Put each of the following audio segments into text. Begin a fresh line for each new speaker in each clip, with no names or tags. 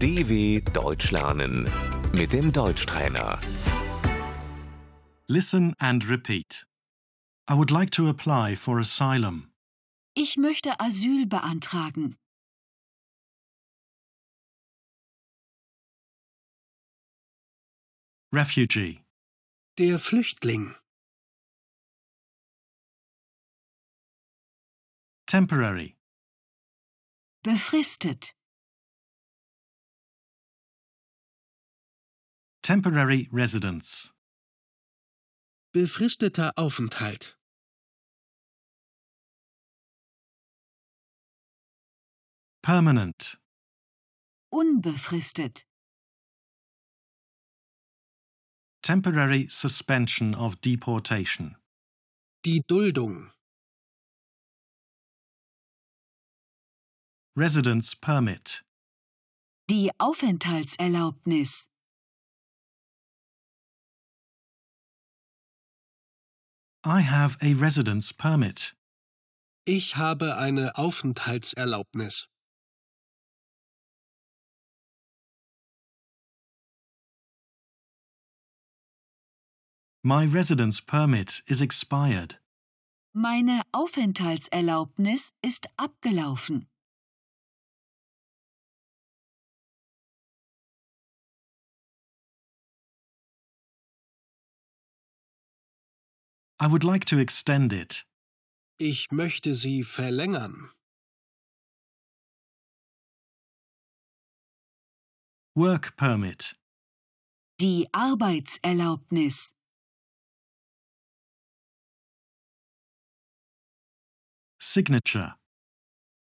DW Deutsch lernen mit dem Deutschtrainer.
Listen and repeat. I would like to apply for asylum.
Ich möchte Asyl beantragen.
Refugee.
Der Flüchtling.
Temporary.
Befristet.
Temporary residence.
Befristeter Aufenthalt.
Permanent.
Unbefristet.
Temporary suspension of deportation.
Die Duldung.
Residence permit.
Die Aufenthaltserlaubnis.
I have a residence permit.
Ich habe eine Aufenthaltserlaubnis.
My residence permit is expired.
Meine Aufenthaltserlaubnis ist abgelaufen.
I would like to extend it.
Ich möchte sie verlängern.
Work permit.
Die Arbeitserlaubnis.
Signature.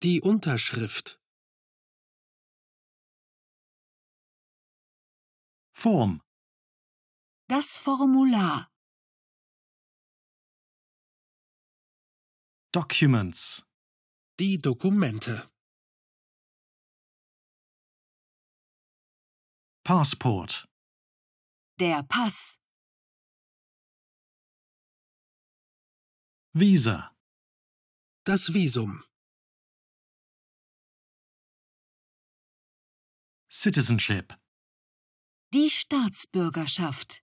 Die Unterschrift.
Form.
Das Formular.
Documents.
Die Dokumente.
Passport.
Der Pass.
Visa.
Das Visum.
Citizenship.
Die Staatsbürgerschaft.